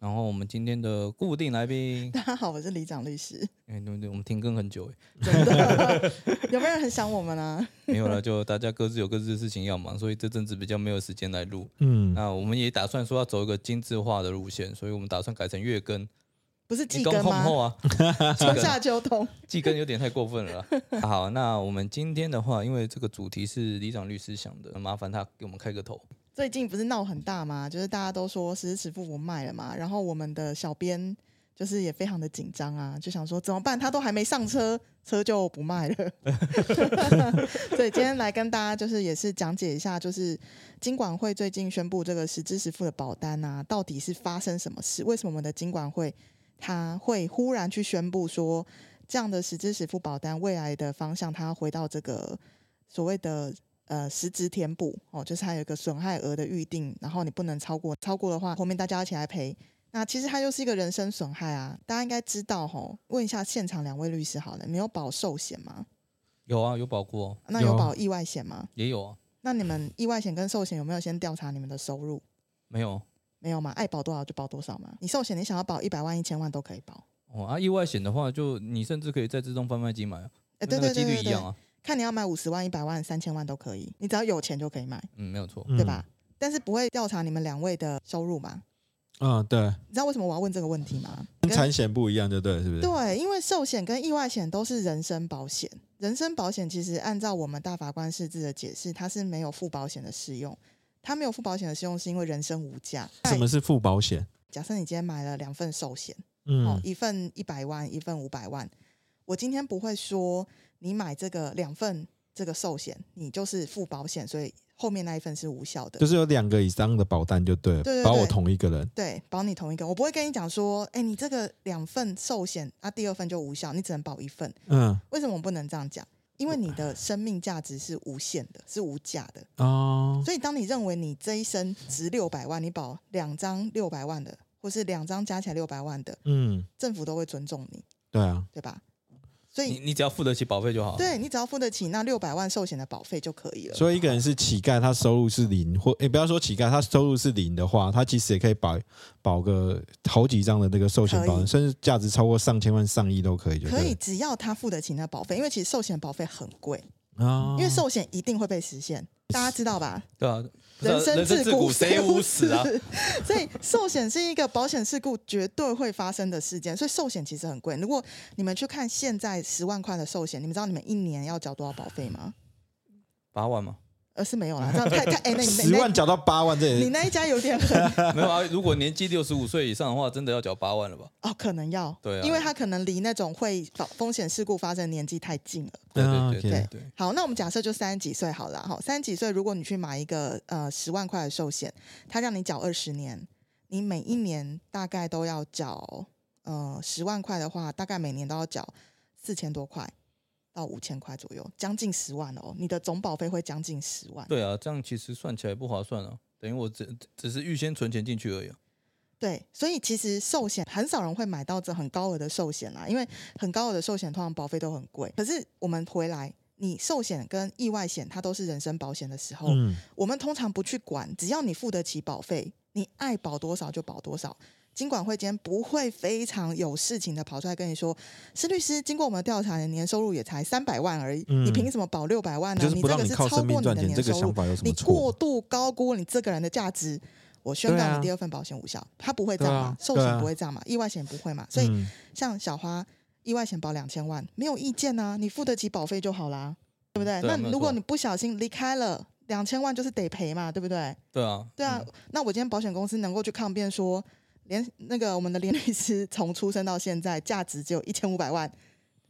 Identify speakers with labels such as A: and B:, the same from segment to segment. A: 然后我们今天的固定来宾，
B: 大家好，我是李长律师。
A: 哎，对不对？我们停更很久哎。
B: 真的， 有没有人很想我们啊？
A: 没有了，就大家各自有各自的事情要忙，所以这阵子比较没有时间来录。
C: 嗯，
B: 啊
A: 那我们也打算说要走一个精致化的路线，所以我们打算改成月更，
B: 不是
A: 你
B: 季
A: 更
B: 更
A: 后
B: 吗？
A: 后 啊，
B: 春夏秋冬，
A: 季更有点太过分了啦。好，那我们今天的话，因为这个主题是李长律师想的，麻烦他给我们开个头。
B: 最近不是闹很大吗？就是大家都说实时支付不卖了嘛，然后我们的小编就是也非常的紧张啊，就想说怎么办？他都还没上车，车就不卖了。 所以今天来跟大家就是也是讲解一下，就是金管会最近宣布这个实支实付的保单啊，到底是发生什么事？为什么我们的金管会它会忽然去宣布说这样的实支实付保单未来的方向，它要回到这个所谓的呃实质填补哦，就是它有一个损害额的预定，然后你不能超过，超过的话后面大家一起来赔。那其实它就是一个人身损害啊，大家应该知道吼。问一下现场两位律师好了，你有保寿险吗？
A: 有啊，有保过哦，
B: 那
C: 有
B: 有保意外险吗？
A: 也有啊，
B: 那你们意外险跟寿险有没有先调查你们的收入？
A: 没有
B: 没有嘛，爱保多少就保多少嘛。你寿险你想要保一百万、一千万都可以保。
A: 哦啊。意外险的话，就你甚至可以在自动贩卖机买啊，
B: 哎，
A: 跟
B: 对
A: 那
B: 对
A: 个几
B: 对
A: 率
B: 对
A: 一
B: 对
A: 样，啊。
B: 看你要买五十万、一百万、三千万都可以，你只要有钱就可以买，
A: 嗯，没有错。
B: 对吧？但是不会调查你们两位的收入嘛？
C: 嗯？嗯，对，
B: 你知道为什么我要问这个问题吗？
C: 跟产险不一样，就对了，是不是？
B: 对，因为寿险跟意外险都是人身保险，人身保险其实按照我们大法官释字的解释，它是没有附保险的适用。它没有附保险的适用是因为人身无价。
C: 什么是付保险？
B: 假设你今天买了两份寿险，哦
C: 嗯，
B: 一份一百万，一份五百万，我今天不会说你买这个两份这个寿险，你就是附保险，所以后面那一份是无效的
C: 就。是有两个以上的保单就对了，
B: 对对对
C: 保我同一个人。
B: 对，保你同一个，我不会跟你讲说，哎，你这个两份寿险，啊，第二份就无效，你只能保一份。
C: 嗯，
B: 为什么我不能这样讲？因为你的生命价值是无限的，是无价的。
C: 哦，
B: 所以，当你认为你这一生值六百万，你保两张六百万的，或是两张加起来六百万的，
C: 嗯，
B: 政府都会尊重你，
C: 对啊，
B: 对吧？所
A: 你
B: 以，
A: 你只要付得起保费就好。啊
B: 对你只要付得起那六百万寿险的保费就可以了。
C: 所以一个人是乞丐，他收入是零，或也不要说乞丐，他收入是零的话，他其实也可以保保个好几张的那个寿险保
B: 可
C: 单，
B: 以
C: 甚至价值超过上千万、上亿都可以，就
B: 可
C: 对
B: 以，
C: 了。
B: 只要他付得起那保费，因为其实寿险保费很贵，
C: 啊
B: 因为寿险一定会被实现，大家知道吧？
A: 对啊，不是啊
B: 人生
A: 人生自
B: 古
A: 古谁无死啊？
B: 是所以寿险是一个保险事故绝对会发生的事件，所以寿险其实很贵。如果你们去看现在十万块的寿险，你们知道你们一年要缴多少保费吗？
A: 八万嘛，
B: 呃，是没有 啦，这样太太哎、那你
C: 十万
B: 那
C: 缴到八万，这也
B: 你那一家有点 狠
A: 没有啊。如果年纪六十五岁以上的话，真的要缴八万了吧？
B: 哦，可能要
A: 对啊
B: 因为他可能离那种会发风险事故发生的年纪太近了。
A: 对
C: 啊
A: 对对对
C: OK
A: 对，
B: 好，那我们假设就三十几岁好了，好，三十几岁，如果你去买一个呃十万块的寿险，他让你缴二十年，你每一年大概都要缴呃十万块的话，大概每年都要缴四千多块到五千块左右，将近十万哦，你的总保费会将近十万。
A: 对啊，这样其实算起来不划算啊。等于我只只是预先存钱进去而已、啊。
B: 对，所以其实寿险很少人会买到这很高额的寿险啦，因为很高额的寿险通常保费都很贵。可是我们回来，你寿险跟意外险它都是人身保险的时候，
C: 嗯
B: 我们通常不去管，只要你付得起保费，你爱保多少就保多少。金管会今天不会非常有事情的跑出来跟你说，施律师，经过我们的调查，你年收入也才三百万而已，
C: 嗯
B: 你凭什么保六百万呢？
C: 就是
B: 你
C: 不
B: 这
C: 让
B: 个
C: 你
B: 是
C: 靠
B: 超过
C: 生
B: 你
C: 命
B: 的
C: 赚钱，这
B: 年
C: 个
B: 收入
C: 想，法有什
B: 你
C: 么错
B: 过？度高估你这个人的价值，我宣
C: 对
B: 告
C: 啊
B: 你第二份保险无效。他不会这样
C: 对
B: 嘛
C: 啊？
B: 寿
C: 对啊
B: 险不会这样嘛？意外险不会嘛？所以
C: 嗯
B: 像小花意外险保两千万，没有意见啊，你付得起保费就好啦，对不对？
A: 对啊没有
B: 那如果
A: 错
B: 你不小心离开了，两千万就是得赔嘛，对不对？
A: 对啊，
B: 对
D: 嗯
B: 啊，那我今天保险公司能够去抗辩说，连那个我们的连律师从出生到现在价值只有一千五百万，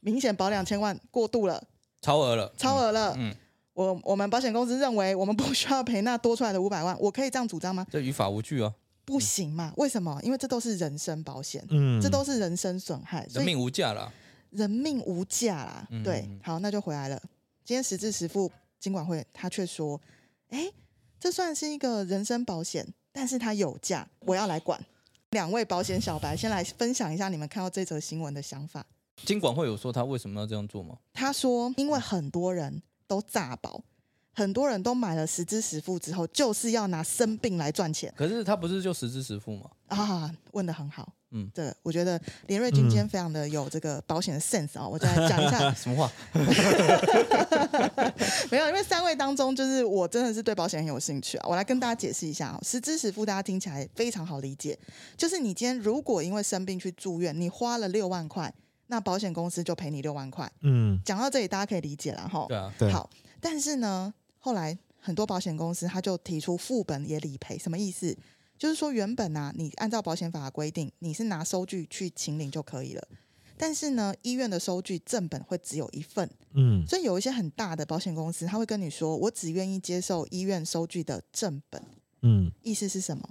B: 明显保两千万过度了，
A: 超额了，
B: 超额了。
A: 嗯。嗯，
B: 我我们保险公司认为我们不需要赔那多出来的五百万，我可以这样主张吗？
A: 这于法无据啊，
B: 不行嘛？为什么？因为这都是人身保险，
C: 嗯
B: 这都是人身损害，所
A: 人
B: 以
A: 命无价啦。
B: 人命无价啦。
D: 嗯
B: 对
D: 嗯，
B: 好，那就回来了。今天实质实付金管会，他却说，哎、这算是一个人身保险，但是它有价，我要来管。两位保险小白，先来分享一下你们看到这则新闻的想法。
D: 金管会有说他为什么要这样做吗？
B: 他说，因为很多人都诈保，很多人都买了实支实付之后，就是要拿生病来赚钱
D: 可是他不是就实支实付吗？
B: 啊！问的很好，
D: 嗯，
B: 嗯，对，我觉得连瑞君今天非常的有这个保险的 sense 啊、我再讲一下
D: 什么话？
B: 没有，因为三位当中，就是我真的是对保险很有兴趣啊。我来跟大家解释一下哦，实支实付大家听起来非常好理解，就是你今天如果因为生病去住院，你花了六万块，那保险公司就赔你六万块。
C: 嗯，
B: 讲到这里，大家可以理解了哈。
D: 对啊，
C: 对，
B: 好，但是呢，后来很多保险公司他就提出副本也理赔，什么意思？就是说原本啊，你按照保险法的规定，你是拿收据去请领就可以了。但是呢，医院的收据正本会只有一份，
C: 嗯
B: 所以有一些很大的保险公司，他会跟你说，我只愿意接受医院收据的正本。
C: 嗯
B: 意思是什么？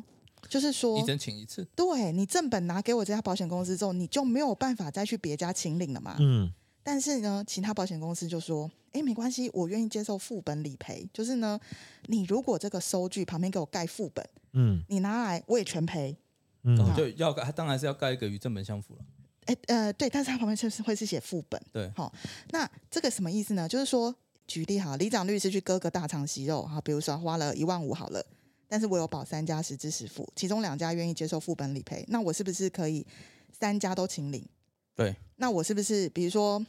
B: 就是说
D: 一，针请一次，
B: 对你正本拿给我这家保险公司之后，你就没有办法再去别家请领了嘛。
C: 嗯
B: 但是呢，其他保险公司就说：“哎，没关系，我愿意接受副本理赔。就是呢，你如果这个收据旁边给我盖副本，
C: 嗯
B: 你拿来我也全赔。
D: 哦
C: 嗯，
D: 就要他当然是要盖一个与正本相符了。
B: 哎，呃，对，但是它旁边就是会是写副本。
D: 对
B: 好、那这个什么意思呢？就是说，举例哈，李长律师去割个大肠息肉哈，比如说花了一万五好了，但是我有保三家实支实付，其中两家愿意接受副本理赔，那我是不是可以三家都请领？
D: 对，
B: 那我是不是比如说，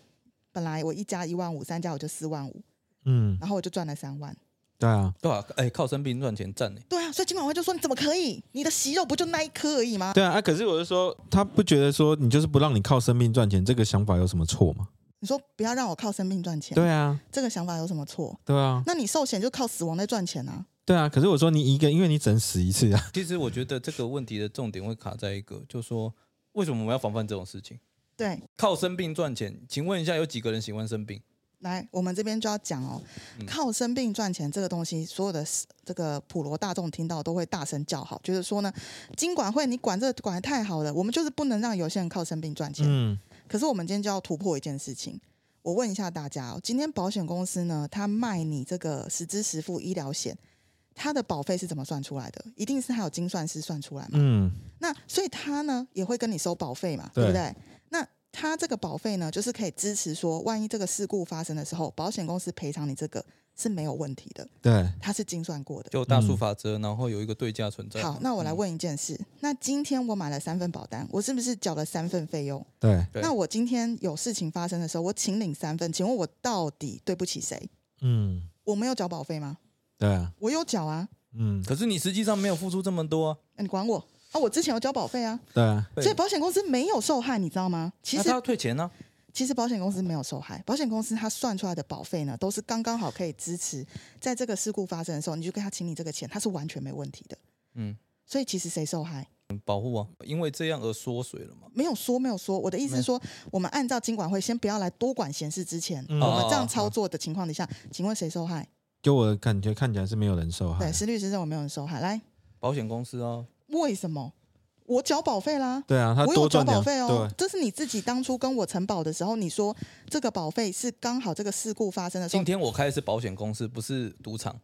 B: 本来我一家一万五，三家我就四万五，
C: 嗯，
B: 然后我就赚了三万。”
C: 对啊，
D: 对啊，哎，靠生病赚钱欸赚呢。
B: 对啊，所以金管会就说你怎么可以？你的息肉不就那一颗而已吗？
C: 对啊啊！可是我是说，他不觉得说你就是不让你靠生命赚钱，这个想法有什么错吗？
B: 你说不要让我靠生病赚钱，
C: 对啊，
B: 这个想法有什么错？
C: 对啊，
B: 那你寿险就靠死亡在赚钱啊？
C: 对啊。可是我说你一个，因为你只能死一次啊。
D: 其实我觉得这个问题的重点会卡在一个，就说为什么我们要防范这种事情？
B: 对，
D: 靠生病赚钱，请问一下，有几个人喜欢生病？
B: 来，我们这边就要讲哦，靠生病赚钱这个东西，所有的这个普罗大众听到都会大声叫好，就是说呢，金管会你管这个管的太好了，我们就是不能让有些人靠生病赚钱。
C: 嗯
B: 可是啊我们今天就要突破一件事情。我问一下大家哦，今天保险公司呢，它卖你这个实支实付医疗险，它的保费是怎么算出来的？一定是它有精算师算出来嘛？
C: 嗯
B: 那所以它呢也会跟你收保费嘛，
C: 对
B: 对不对？那它这个保费呢，就是可以支持说，万一这个事故发生的时候，保险公司赔偿你这个是没有问题的，
C: 对，
B: 它是精算过的。
D: 就大数法则，然后有一个对价存在。
B: 嗯好，那我
D: 嗯
B: 来问一件事，那今天我买了三份保单，我是不是缴了三份费用？
C: 对，
D: 对
B: 那我今天有事情发生的时候，我请领三份，请问我到底对不起谁？
C: 嗯
B: 我没有缴保费吗？
C: 对啊，
B: 我有缴啊，
C: 嗯
D: 可是你实际上没有付出这么多啊。
B: 那你管我啊？我之前有交保费啊，
C: 对啊，
D: 对
B: 所以保险公司没有受害，你知道吗？其
D: 那他
B: 实
D: 要退钱啊呢、
B: 其实保险公司没有受害，保险公司它算出来的保费呢，都是刚刚好可以支持，在这个事故发生的时候，你就跟他请你这个钱，它是完全没问题的。
D: 嗯，
B: 所以其实谁受害？
D: 保护啊，因为这样而缩水了嘛。
B: 没有说，没有说。我的意思是说，我们按照金管会先不要来多管闲事之前，
C: 嗯
B: 我们这
D: 哦
B: 样操作的情况底下，请问谁受害？
C: 就我的感觉看起来是没有人受害
B: 对，。石律师认为没有人受害。来，
D: 保险公司啊，
B: 为什么？我缴保费啦，
C: 对啊，他多
B: 我有缴
C: 赚
B: 保
C: 两
B: 费哦
C: 对。
B: 这是你自己当初跟我承保的时候，你说这个保费是刚好这个事故发生的时
D: 今
B: 候，
D: 天我开的是保险公司，不是赌场。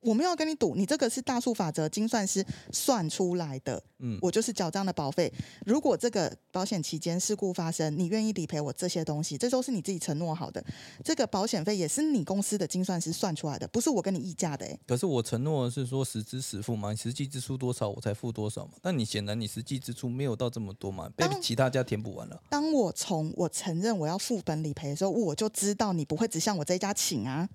B: 我没有跟你赌，你这个是大数法则精算师算出来的。
D: 嗯，
B: 我就是缴这样的保费。如果这个保险期间事故发生，你愿意理赔我这些东西，这都是你自己承诺好的。这个保险费也是你公司的精算师算出来的，不是我跟你议价的、欸。
D: 可是我承诺的是说实支实付嘛，你实际支出多少我才付多少嘛。但你显然你实际支出没有到这么多嘛，被
B: 当呃
D: 其他家填补完了。
B: 当我从我承认我要副本理赔的时候，我就知道你不会只向我这一家请啊，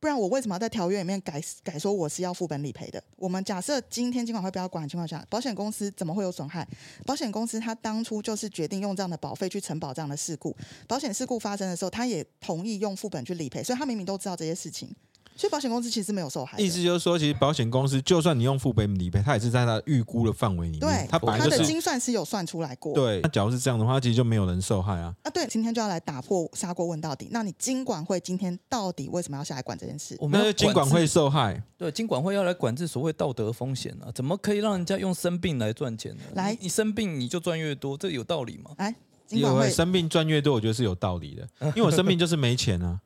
B: 不然我为什么要在条约里面改改说我是要副本理赔的？我们假设今天金管会不要管的情况下，保险公司怎么会有损害？保险公司它当初就是决定用这样的保费去承保这样的事故，保险事故发生的时候，他也同意用副本去理赔，所以他明明都知道这些事情，所以保险公司其实没有受害的。
C: 意思就是说，其实保险公司就算你用副本理赔，它也是在它预估的范围里
B: 对
C: 面，，它本
B: 他
C: 来就
B: 的
C: 是
B: 精算师有算出来过。
C: 对。那假如是这样的话，其实就没有人受害啊。
B: 啊，对，今天就要来打破砂锅问到底。那你金管会今天到底为什么要下来管这件事？
D: 我们
C: 那
D: 要
C: 就
D: 管制
C: 监管会受害，
D: 对金管会要来管制所谓道德风险啊，怎么可以让人家用生病来赚钱呢？
B: 来
D: 你你生病你就赚越多，这有道理吗？
B: 来，金管
C: 有欸
B: 会
C: 生病赚越多，我觉得是有道 理的，因为我生病就是没钱啊，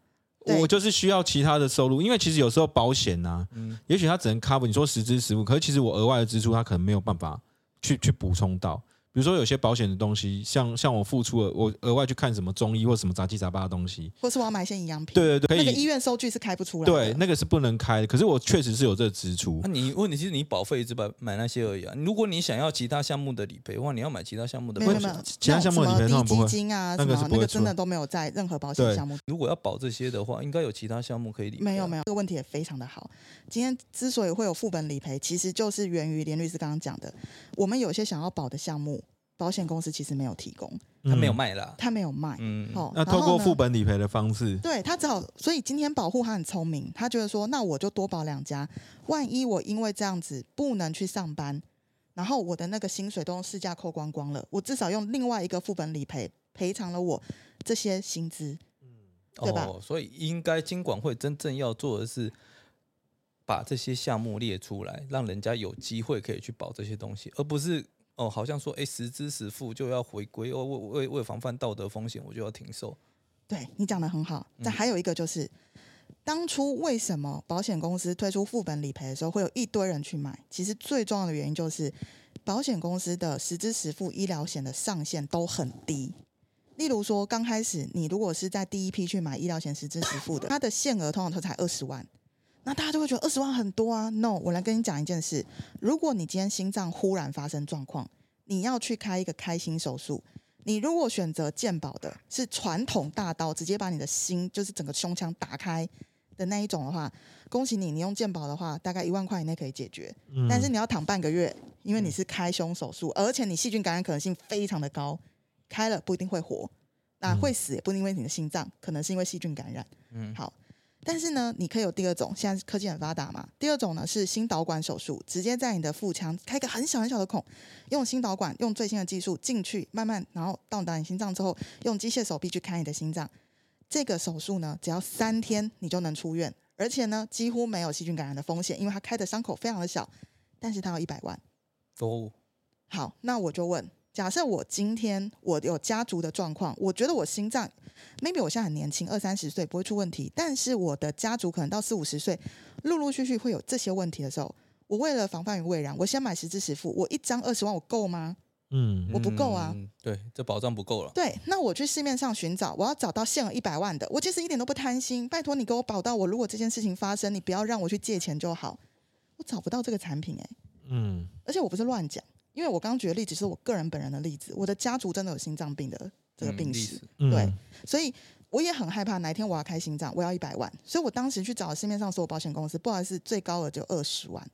B: 对
C: 我就是需要其他的收入，因为其实有时候保险啊，
D: 嗯
C: 也许它只能 cover 你说十支十五，可是其实我额外的支出它可能没有办法去去补充到，比如说有些保险的东西，像像我付出了我额外去看什么中医或什么杂七杂八的东西，
B: 或是我要买一些营养品，
C: 对对对，可
B: 那个
C: 以。
B: 医院收据是开不出来
C: 对
B: 的，，
C: 那个是不能开的，可是我确实是有这个支出
D: 那、，啊你问题是你保费只买买那些而已啊。如果你想要其他项目的理赔的话，你要买其他项目的
B: 没有
D: 保
B: 没有没
D: 险。
B: 有，
C: 其他项目里面他
B: 那种
C: 们
B: 什
C: 不会
B: 么低基金啊，
C: 那
B: 什
C: 个
B: 么
C: 是不会
B: 那个
C: 出
B: 真的
C: 来
B: 都没有在任何保险
C: 对
B: 项目
D: 如果要保这些的话，应该有其他项目可以理赔啊。
B: 没有没有，这个问题也非常的好。今天之所以会有副本理赔，其实就是源于连律师刚刚讲的，我们有些想要保的项目，保险公司其实没有提供，
D: 他没有
C: 嗯
D: 卖啦。
B: 他没有卖。
D: 嗯，
B: 哦，
C: 那
B: 然后
C: 透过
B: 呢
C: 副本理赔的方式，
B: 对他只好，所以今天保护他很聪明，他觉得说，那我就多保两家，万一我因为这样子不能去上班，然后我的那个薪水都用市价扣光光了，我至少用另外一个副本理赔赔偿了我这些薪资。对吧
D: 哦，所以应该金管会真正要做的是把这些项目列出来，让人家有机会可以去保这些东西，而不是哦，好像说哎，实支实付就要回归哦，为为为防范道德风险，我就要停售。
B: 对你讲的很好。
D: 嗯
B: 再还有一个就是，当初为什么保险公司推出副本理赔的时候，会有一堆人去买？其实最重要的原因就是，保险公司的实支实付医疗险的上限都很低。例如说，刚开始你如果是在第一批去买医疗险实支实付的，它的限额通常都才二十万。那大家就会觉得二十万很多啊？No，我来跟你讲一件事：如果你今天心脏忽然发生状况，你要去开一个开心手术，你如果选择健保的是传统大刀，直接把你的心就是整个胸腔打开的那一种的话，恭喜你，你用健保的话，大概一万块以内可以解决。
C: 嗯
B: 但是你要躺半个月，因为你是开胸手术，而且你细菌感染可能性非常的高，开了不一定会活，那会死也不一定因为你的心脏，可能是因为细菌感染。
D: 嗯，
B: 好，但是呢，你可以有第二种，现在科技很发达嘛。第二种呢是心导管手术，直接在你的腹腔开一个很小很小的孔，用心导管，用最新的技术进去，慢慢然后到达你心脏之后，用机械手臂去开你的心脏。这个手术呢，只要三天你就能出院，而且呢几乎没有细菌感染的风险，因为它开的伤口非常的小，但是它要一百万。哦
D: 都
B: 好，那我就问，假设我今天我有家族的状况，我觉得我心脏，maybe 我现在很年轻，二三十岁不会出问题，但是我的家族可能到四五十岁，陆陆续续会有这些问题的时候，我为了防范于未然，我先买十支十付，我一张二十万，我够吗？
C: 嗯
B: 我不够啊
D: 嗯对，这保障不够了。
B: 对，那我去市面上寻找，我要找到限额一百万的，我其实一点都不贪心，拜托你给我保到我，如果这件事情发生，你不要让我去借钱就好，我找不到这个产品哎、
C: 嗯，
B: 而且我不是乱讲，因为我刚刚举的例子是我个人本人的例子，我的家族真的有心脏病的这个
D: 嗯
B: 病
D: 历
B: 史，
D: 史
C: 嗯
B: 对，所以我也很害怕哪一天我要开心脏，我要一百万，所以我当时去找市面上所有保险公司，不好意思，最高额就二十万。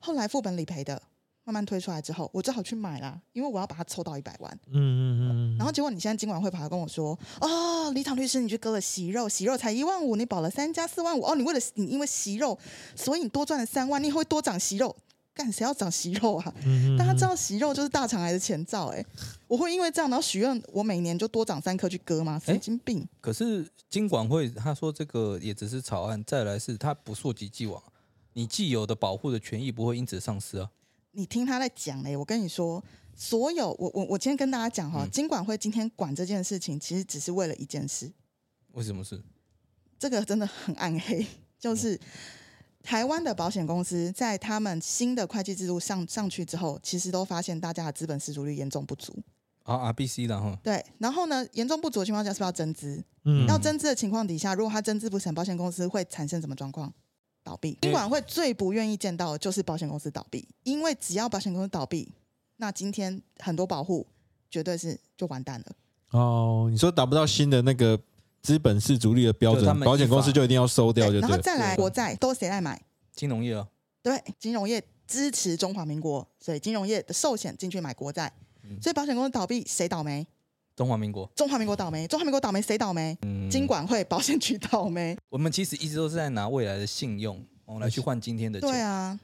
B: 后来副本理赔的慢慢推出来之后，我只好去买啦，因为我要把它凑到一百万。
C: 嗯嗯嗯，
B: 然后结果你现在今晚会跑来跟我说，哦，李厂律师，你去割了息肉，息肉才一万五，你保了三加四万五，哦，你为了你因为息肉，所以你多赚了三万，你以后会多长息肉。干谁要长息肉啊？
C: 嗯
B: 大家知道息肉就是大肠癌的前兆、欸，我会因为这样然后许愿，我每年就多长三颗去割吗？
D: 哎
B: 神经病！
D: 可是金管会他说这个也只是草案，再来是他不溯及既往，你既有的保护的权益不会因此丧失啊。
B: 你听他在讲欸嘞，我跟你说，所有我我我今天跟大家讲哈，
D: 嗯
B: 金管会今天管这件事情，其实只是为了一件事，
D: 为什么是？
B: 这个真的很暗黑， 就是台湾的保险公司在他们新的会计制度上上去之后，其实都发现大家的资本市足率严重不足。
D: 啊，RBC 然后
B: 对，然后呢，严重不足的情况下是不是要增资？
D: 嗯
B: 要增资的情况底下，如果它增资不成，保险公司会产生什么状况？倒闭。金管会最不愿意见到的就是保险公司倒闭，因为只要保险公司倒闭，那今天很多保护绝对是就完蛋了。
C: 哦，你说达不到新的那个资本市足率的标
D: 就他
C: 准，
D: 们
C: 保险公司就一定要收掉，就
B: 然后
C: 对。
B: 再来
D: 对
B: 国债都谁来买？
D: 金融业啊，
B: 对，金融业支持中华民国，所以金融业的寿险进去买国债，
D: 嗯
B: 所以保险公司倒闭谁倒霉？
D: 中华民国。
B: 中华民国倒霉，中华民国倒霉谁倒霉？
D: 嗯，
B: 金管会保险局倒霉，
D: 我们其实一直都是在拿未来的信用哦来去换今天的钱，
B: 对啊，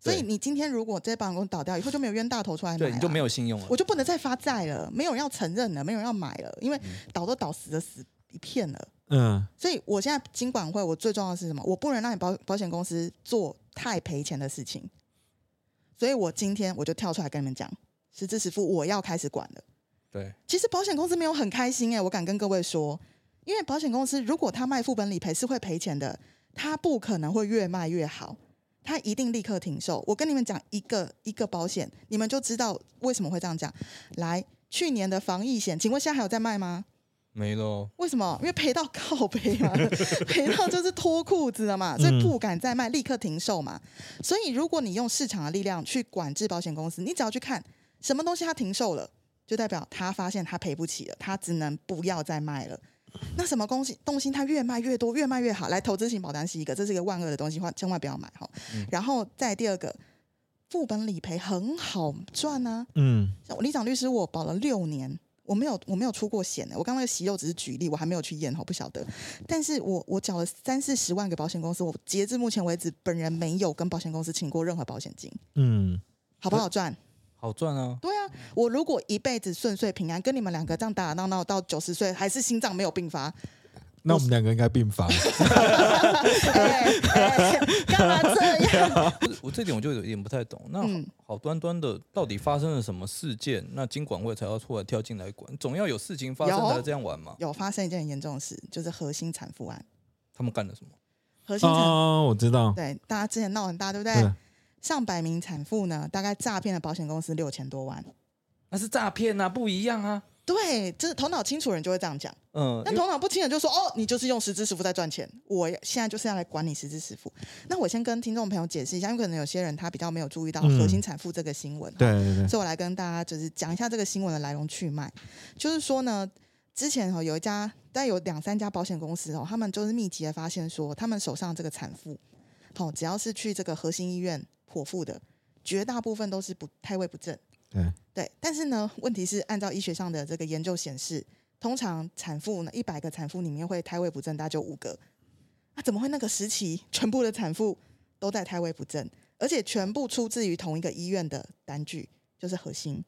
B: 所以
D: 对
B: 你今天如果这些保险公司倒掉以后，就没有冤大头出来买、
D: 对，
B: 啊，
D: 你就没有信用了
B: 我。就不能再发债了，没有人要承认了，没有人要买了，因为倒都倒死的死一片了。
C: 嗯，
B: 所以我现在金管会，我最重要的是什么？我不能让你保保险公司做太赔钱的事情。所以我今天我就跳出来跟你们讲，实支实付，我要开始管了。
A: 对，
B: 其实保险公司没有很开心哎、我敢跟各位说，因为保险公司如果他卖副本理赔是会赔钱的，他不可能会越卖越好，他一定立刻停售。我跟你们讲一个一个保险，你们就知道为什么会这样讲。来，去年的防疫险，请问现在还有在卖吗？
A: 没喽。
B: 为什么？因为赔到靠背嘛，赔到就是脱裤子了嘛，所以不敢再卖，立刻停售嘛。所以如果你用市场的力量去管制保险公司，你只要去看什么东西它停售了，就代表他发现他赔不起了，他只能不要再卖了。那什么东西东西它越卖越多，越卖越好。来，投资型保单是一个，这是一个万恶的东西，千万不要买哈。然后再第二个，副本理赔很好赚啊，
C: 嗯，
B: 像我李长律师，我保了六年，我没有我没有出过险的、我刚刚那个息肉只是举例，我还没有去验，我不晓得。但是我我缴了三四十万给保险公司，我截至目前为止，本人没有跟保险公司请过任何保险金，
C: 嗯，
B: 好不好赚？
D: 好赚啊！
B: 对啊，我如果一辈子顺遂平安，跟你们两个这样打打闹闹到九十岁，还是心脏没有病 发，
C: 那我们两个应该并 发。
B: 哎哎干、嘛这样？
D: 我这点我就有点不太懂。那
B: 嗯
D: 好端端的，到底发生了什么事件？那金管会才要出来跳进来管，总要有事情发生
B: 有
D: 才这样玩嘛？
B: 有发生一件很严重的事，就是核心产妇案。
D: 他们干了什么？
B: 核心产、
C: 哦，我知道，
B: 对大家之前闹很大，对不对？
C: 对，
B: 上百名产妇呢，大概诈骗了保险公司六千多万。
D: 那是诈骗啊，不一样啊。
B: 对，就是头脑清楚人就会这样讲，
D: 嗯，
B: 但头脑不清的就说哦，你就是用实支实付在赚钱，我现在就是要来管你实支实付。那我先跟听众朋友解释一下，因为可能有些人他比较没有注意到
C: 嗯
B: 核心产妇这个新闻，
C: 对对对，
B: 所以我来跟大家就是讲一下这个新闻的来龙去脉。就是说呢，之前哦有一家，但有两三家保险公司哦，他们就是密集的发现说，他们手上这个产妇，好、只要是去这个核心医院剖腹的，绝大部分都是不胎位不正。
C: 对
B: 对，但是呢，问题是按照医学上的这个研究显示，通常产妇呢，一百个产妇里面会胎位不正，大概就五个。那、怎么会那个时期全部的产妇都在胎位不正，而且全部出自于同一个医院的单据，就是核心。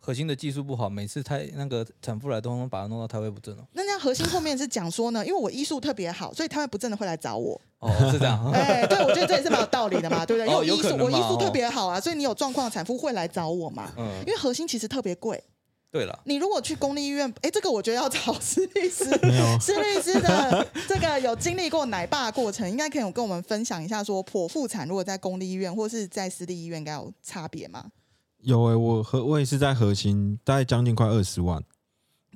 D: 核心的技术不好，每次胎那个产妇来，通通把她弄到胎位不正 哦。
B: 那那核心后面是讲说呢，因为我医术特别好，所以胎位不正的会来找 我。
D: 哦，是这样。
B: 哎，对，我觉得这也是蛮有道理的嘛，对不对？因
D: 哦
B: 为我医
D: 有
B: 术
D: 可能
B: 我医
D: 嘛
B: 术特
D: 哦
B: 别好啊，所以你有状况，产妇会来找我嘛。
C: 哦
D: 嗯
B: 因，为核心其实特别贵，
D: 对了，
B: 你如果去公立医院，哎，这个我觉得要找私律师，
C: 没有，
B: 施律师的这个有经历过奶爸的过程，应该可以跟我们分享一下，说剖腹产如果在公立医院或是在私立医院，应该有差别吗？
C: 有诶、我和我也是在核心，大概将近快二十万，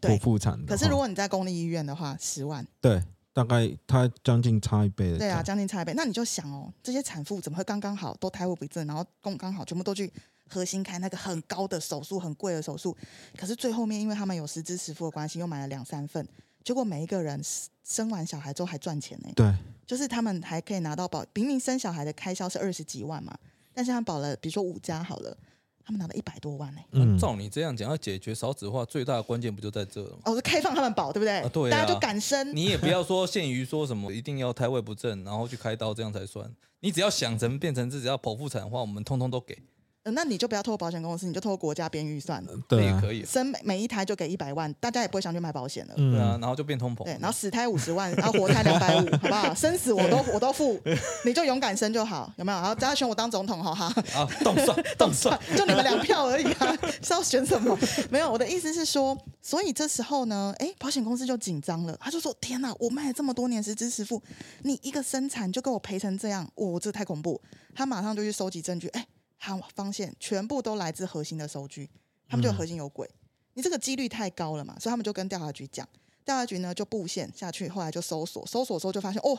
B: 对
C: 剖腹产的话。
B: 可是如果你在公立医院的话，十万，
C: 对，大概它将近差一倍的。
B: 对啊，，将近差一倍。那你就想哦，这些产妇怎么会刚刚好都胎位不正，然后刚刚好全部都去核心开那个很高的手术、很贵的手术，可是最后面因为他们有实支实付的关系，又买了两三份，结果每一个人生完小孩之后还赚钱呢、
C: 对，
B: 就是他们还可以拿到保，明明生小孩的开销是二十几万嘛，但是他们保了，比如说五家好了，他们拿了一百多万呢、
C: 嗯，
D: 照你这样讲，要解决少子化最大的关键不就在这了吗？
B: 哦，是开放他们保，对不对？
D: 啊对啊
B: 大家就敢生。
D: 你也不要说限于说什么一定要胎位不正，然后去开刀这样才算。你只要想成变成自己要剖腹产的话，我们通通都给，
B: 呃那你就不要透过保险公司，你就透过国家编预算，
D: 那
C: 对
D: 也
C: 啊，
D: 可以。
B: 生每每一胎就给一百万，大家也不会想去买保险了。
D: 对啊，
C: 嗯，
D: 然后就变通膨。
B: 对，然后死胎五十万，然后活胎两百五， 好不好？生死我都我都付，你就勇敢生就好，有没有？然后大家选我当总统，好哈。
D: 啊， 动算动算，
B: 就你们两票而已啊，是要选什么？没有，我的意思是说，所以这时候呢，哎，保险公司就紧张了，他就说：“天哪，我卖了这么多年实支实付，你一个生产就给我赔成这样，我、这太恐怖！”他马上就去收集证据，哎，他发现全部都来自核心的收据，他们就核心有鬼，你这个几率太高了嘛，所以他们就跟调查局讲，调查局呢就布线下去，后来就搜索，搜索的时候就发现哦，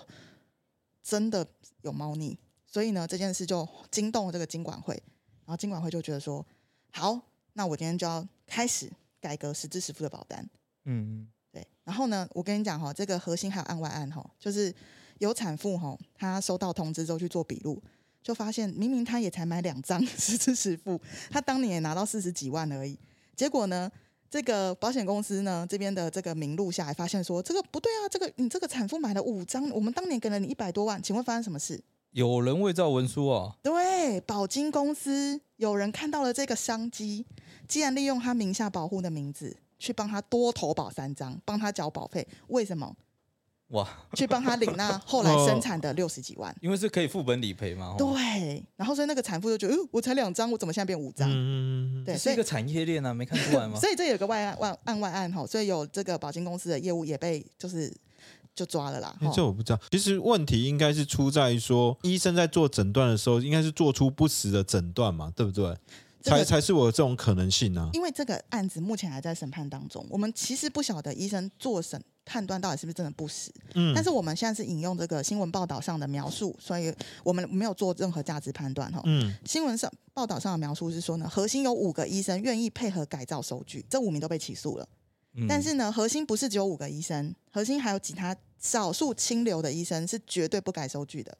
B: 真的有猫腻。所以呢，这件事就惊动了这个经管会，然后金管会就觉得说，好，那我今天就要开始改革实支实付的保单。
D: 嗯，
B: 对，然后呢，我跟你讲哈、这个核心还有案外案哈、就是有产妇哈、她收到通知之后去做笔录，就发现明明她也才买两张 实支实付，她当年也拿到四十几万而已，结果呢？这个保险公司呢，这边的这个名录下来，发现说这个不对啊，这个你这个产妇买了五张，我们当年给了你一百多万，请问发生什么事？
D: 有人伪造文书啊，
B: 对，保金公司有人看到了这个商机，既然利用他名下保护的名字去帮他多投保三张，帮他缴保费，为什么？
A: 哇，
B: 去帮她 领那后来
A: 哦
B: 生产的六十几万。
A: 因为是可以副本理赔嘛，吼，
B: 对，然后所以那个产妇就觉得，哦，我才两张，我怎么现在变五张？
C: 嗯，
B: 对，
A: 是
B: 所
A: 一
B: 以
A: 个产业链啊，没看出来吗？
B: 所以这有个外案外案外案哈，所以有这个保金公司的业务也被就是就抓了啦。
C: 欸
B: 齁
C: 这我不知道。其实问题应该是出在于说，医生在做诊断的时候，应该是做出不实的诊断嘛，对不对？
B: 这个
C: 才才是我有这种可能性啊。
B: 因为这个案子目前还在审判当中，我们其实不晓得医生做审判断到底是不是真的不实。
C: 嗯
B: 但是我们现在是引用这个新闻报道上的描述，所以我们没有做任何价值判断哈。
C: 嗯，
B: 新闻上报道上的描述是说呢，核心有五个医生愿意配合改造收据，这五名都被起诉了。
D: 嗯
B: 但是呢，核心不是只有五个医生，核心还有其他少数清流的医生是绝对不改收据的。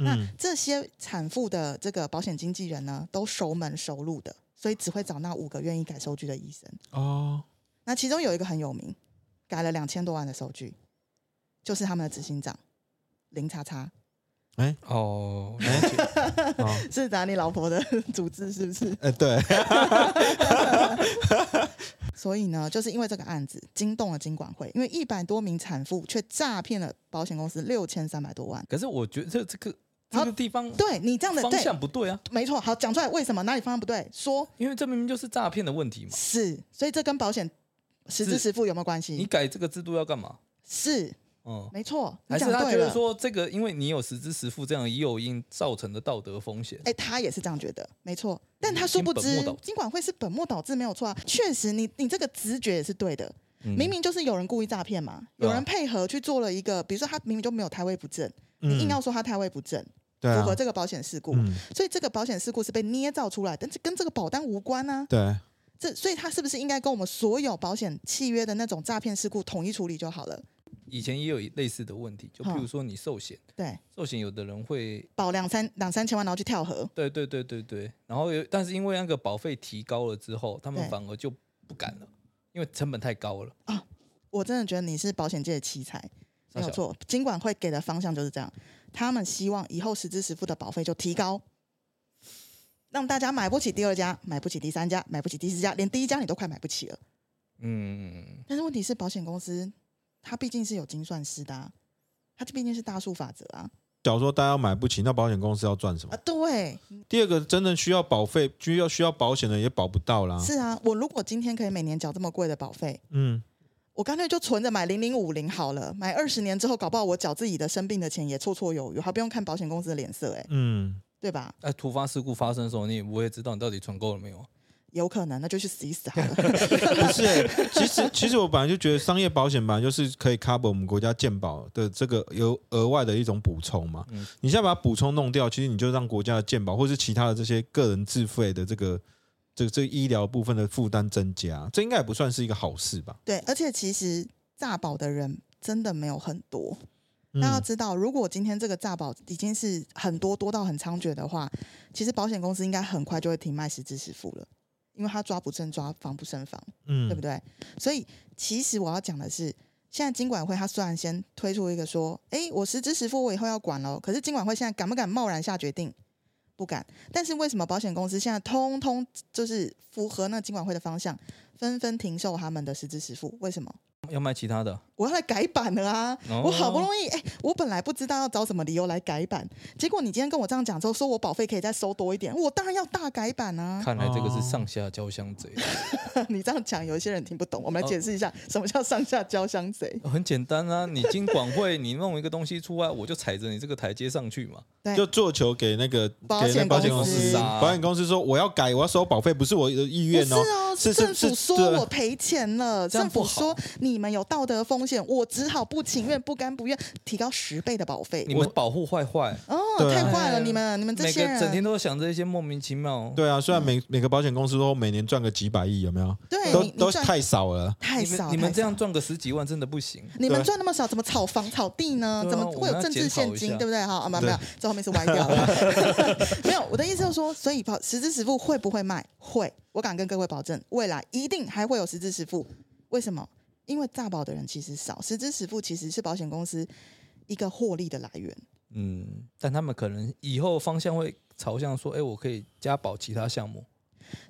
B: 那
C: 嗯
B: 这些产妇的这个保险经纪人呢，都熟门熟路的，所以只会找那五个愿意改收据的医生。
C: 哦，
B: 那其中有一个很有名，改了两千多万的收据，就是他们的执行长林叉叉，
A: 哦，了解
C: 哦
B: 是打你老婆的 组织是不是？
C: 呃，对，
B: 所以呢，就是因为这个案子惊动了金管会，因为一百多名产妇却诈骗了保险公司六千三百多万。
A: 可是我觉得这这个
B: 好
A: 这个地方
B: 对你这样的
A: 方
B: 对，
A: 向不对啊，
B: 没错。好，讲出来为什么哪里方向不对？说
A: 因为这明明就是诈骗的问题嘛。
B: 是，所以这跟保险实支
A: 是
B: 实付有没有关
A: 你
B: 系？
A: 改这个制度要干嘛？
B: 是，
A: 嗯，
B: 没错，你
A: 还是
B: 讲
A: 他
B: 对
A: 觉得
B: 了。
A: 说这个，因为你有实支实付这样的诱因造成的道德风险
B: 哎、，他也是这样觉得，没错。但他
A: 已嗯
B: 殊
A: 经
B: 不
A: 本末
B: 知
A: 倒置，
B: 金管会是本末倒置，没有错啊。确实你，你这个直觉也是对的，明
D: 明
B: 明就是有人故意诈骗嘛，
A: 嗯对啊
B: 有人配合去做了一个，比如说他明明就没有胎位不正，你
C: 嗯，
B: 硬要说他胎位不正，
C: 对
B: 符
C: 啊
B: 合，这个保险事故，
C: 嗯，
B: 所以这个保险事故是被捏造出来，但是跟这个保单无关啊。
C: 对，
B: 这所以他是不是应该跟我们所有保险契约的那种诈骗事故统一处理就好了？
A: 以前也有类似的问题，就譬如说你寿险，
B: 对，
A: 寿险有的人会，
B: 保两三两三千万，然后去跳河，
A: 对对对对对，然后有，但是因为那个保费提高了之后，他们
B: 对
A: 反而就不敢了，因为成本太高了。
B: 我真的觉得你是保险界的奇才。没
A: 傻
B: 有
A: 小，
B: 错，金管会给的方向就是这样，他们希望以后实支实付的保费就提高，让大家买不起第二家，买不起第三家，买不起第四家，连第一家你都快买不起了。
A: 嗯，
B: 但是问题是，保险公司它毕竟是有精算师的、啊，它毕竟是大数法则啊
C: 假如说大家买不起，那保险公司要赚什么
B: 啊，？对，
C: 第二个，真正需要保费、需要需要保险的也保不到啦。
B: 是啊，我如果今天可以每年缴这么贵的保费。
C: 嗯，
B: 我干脆就存着买零零五零好了，买二十年之后，搞不好我缴自己的生病的钱也绰绰有余，还不用看保险公司的脸色、欸，哎，
C: 嗯
B: 对吧？
A: 那突发事故发生的时候，你也不会知道你到底存够了没有啊。
B: 有可能，那就去死一死好了。
C: 不是、欸，其实其实我本来就觉得商业保险本来就是可以 cover 我们国家健保的这个有额外的一种补充嘛。
A: 嗯
C: 你现在把它补充弄掉，其实你就让国家的健保或是其他的这些个人自费的这个这个这个医疗部分的负担增加，这应该也不算是一个好事吧？
B: 对，而且其实诈保的人真的没有很多。
C: 嗯
B: 那要知道，如果今天这个诈保已经是很多多到很猖獗的话，其实保险公司应该很快就会停卖实支实付了，因为他抓不正抓，防不胜防，
C: 嗯
B: 对不对？所以其实我要讲的是。现在金管会他虽然先推出一个说，诶，我实支实付，我以后要管喽。可是金管会现在敢不敢贸然下决定？不敢。但是为什么保险公司现在通通就是符合那金管会的方向，纷纷停售他们的实支实付？为什么？
A: 要卖其他的，
B: 我要来改版了啊！
A: 哦
B: 我好不容易，哎、我本来不知道要找什么理由来改版，结果你今天跟我这样讲之后，说我保费可以再收多一点，我当然要大改版啊！
A: 看来这个是上下交相贼。 啊
B: 你这样讲，有一些人听不懂，我们来解释一下、什么叫上下交相贼。
A: 很简单啊，你金管会你弄一个东西出来，我就踩着你这个台阶上去嘛。
C: 就做球给那个
B: 保
C: 给那
B: 险
C: 保险
B: 公
C: 公司，
B: 司
A: 啊
C: 保险公司说我要改，我要收保费，不是我的意愿
B: 不
C: 哦。
B: 是啊，
C: 是是
B: 政府
C: 是
B: 说
C: 对
B: 我赔钱了，
A: 这样
B: 政府
A: 不好
B: 说你们有道德风险，我只好不情愿、不甘不愿提高十倍的保费
A: 你。们保护坏坏，
B: 哦，
C: 对
B: 太坏
A: 哎
B: 了！你们你们这
A: 每
B: 些
A: 个整天
B: 人，
A: 都想着一些莫名其妙。
C: 对啊，虽然每每个保险公司说每年赚个几百亿，有没有？
B: 对
C: 都
B: 你你
C: 都
B: 赚
C: 太少了。
B: 太
A: 你
B: 少，
A: 们你们
B: 太
A: 这样
B: 少
A: 赚个十几万真的不行。
B: 你们
C: 对
B: 赚那么少，怎么炒房炒地呢？
A: 对啊
B: 怎么会有政治现
A: 我们要检讨一
B: 金
A: 下，
B: 对不对？哈，啊，没有没有
C: 对，
B: 这后面是歪掉了。 没有，我的意思就是说，所以保实支实付会不会卖？会，我敢跟各位保证，未来一定还会有实支实付。为什么？因为诈保的人其实少，实支实付其实是保险公司一个获利的来源。
A: 嗯，但他们可能以后方向会朝向说，哎、我可以加保其他项目。